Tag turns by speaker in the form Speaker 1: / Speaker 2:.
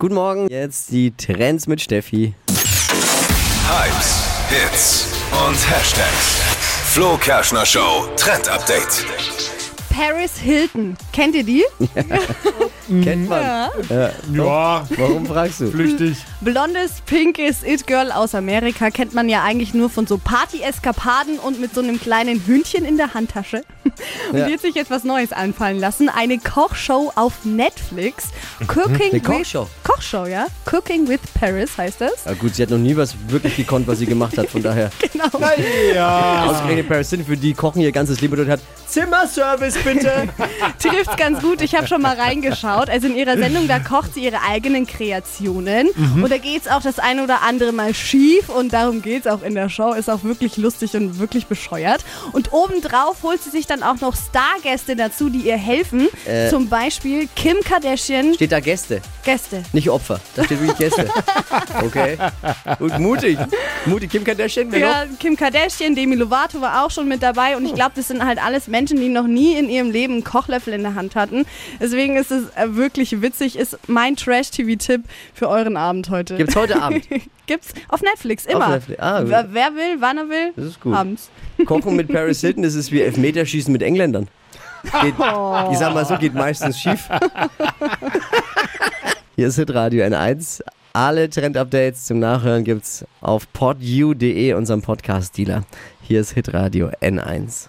Speaker 1: Guten Morgen, jetzt die Trends mit Steffi.
Speaker 2: Hypes, Hits und Hashtags. Flo Kerschner Show Trend Update.
Speaker 3: Paris Hilton. Kennt ihr die?
Speaker 1: Kennt man.
Speaker 4: Ja,
Speaker 1: Warum fragst du?
Speaker 4: flüchtig.
Speaker 3: Blondes, pinkes It-Girl aus Amerika kennt man ja eigentlich nur von so Party-Eskapaden und mit so einem kleinen Hündchen in der Handtasche. Und
Speaker 1: Ja.
Speaker 3: die hat sich jetzt was Neues einfallen lassen. Eine Kochshow auf Netflix. Cooking
Speaker 1: Eine Kochshow?
Speaker 3: With, Kochshow, ja. Cooking with Paris heißt das.
Speaker 1: Ja, gut, sie hat noch nie was wirklich gekonnt, was sie gemacht hat, von daher.
Speaker 3: Genau.
Speaker 4: Ja.
Speaker 1: Ausgerechnet Paris Hilton, für die kochen ihr ganzes Leben und hat Zimmerservice bitte.
Speaker 3: Trifft's ganz gut. Ich habe schon mal reingeschaut. Also in ihrer Sendung, da kocht sie ihre eigenen Kreationen. Und da geht's auch das ein oder andere Mal schief. Und darum geht's auch in der Show. Ist auch wirklich lustig und wirklich bescheuert. Und obendrauf holt sie sich dann auch noch Stargäste dazu, die ihr helfen.
Speaker 1: Äh.
Speaker 3: Zum Beispiel Kim Kardashian.
Speaker 1: Steht da Gäste,
Speaker 3: Gäste.
Speaker 1: nicht Opfer. Da steht wirklich Gäste. Okay. Und mutig. Mutig. Kim Kardashian, wer noch?
Speaker 3: Ja, Kim Kardashian, Demi Lovato war auch schon mit dabei
Speaker 1: Oh.
Speaker 3: und ich glaube, das sind halt alles Menschen, die noch nie in ihrem Leben einen Kochlöffel in der Hand hatten. Deswegen ist es äh, wirklich witzig, ist mein Trash-TV-Tipp für euren Abend heute.
Speaker 1: Gibt's heute Abend.
Speaker 3: Gibt's auf Netflix, immer.
Speaker 1: Netflix, ah, gut.
Speaker 3: wer, wer will, wann er will,
Speaker 1: Das ist gut.
Speaker 3: abends.
Speaker 1: Kochen mit Paris Hilton, das ist wie Elfmeterschießen mit Engländern. Geht, Ich sag mal so, geht meistens schief. Hier ist Hitradio N1. Alle Trend-Updates zum Nachhören gibt's auf podu.de, unserem Podcast-Dealer. Hier ist Hitradio N1.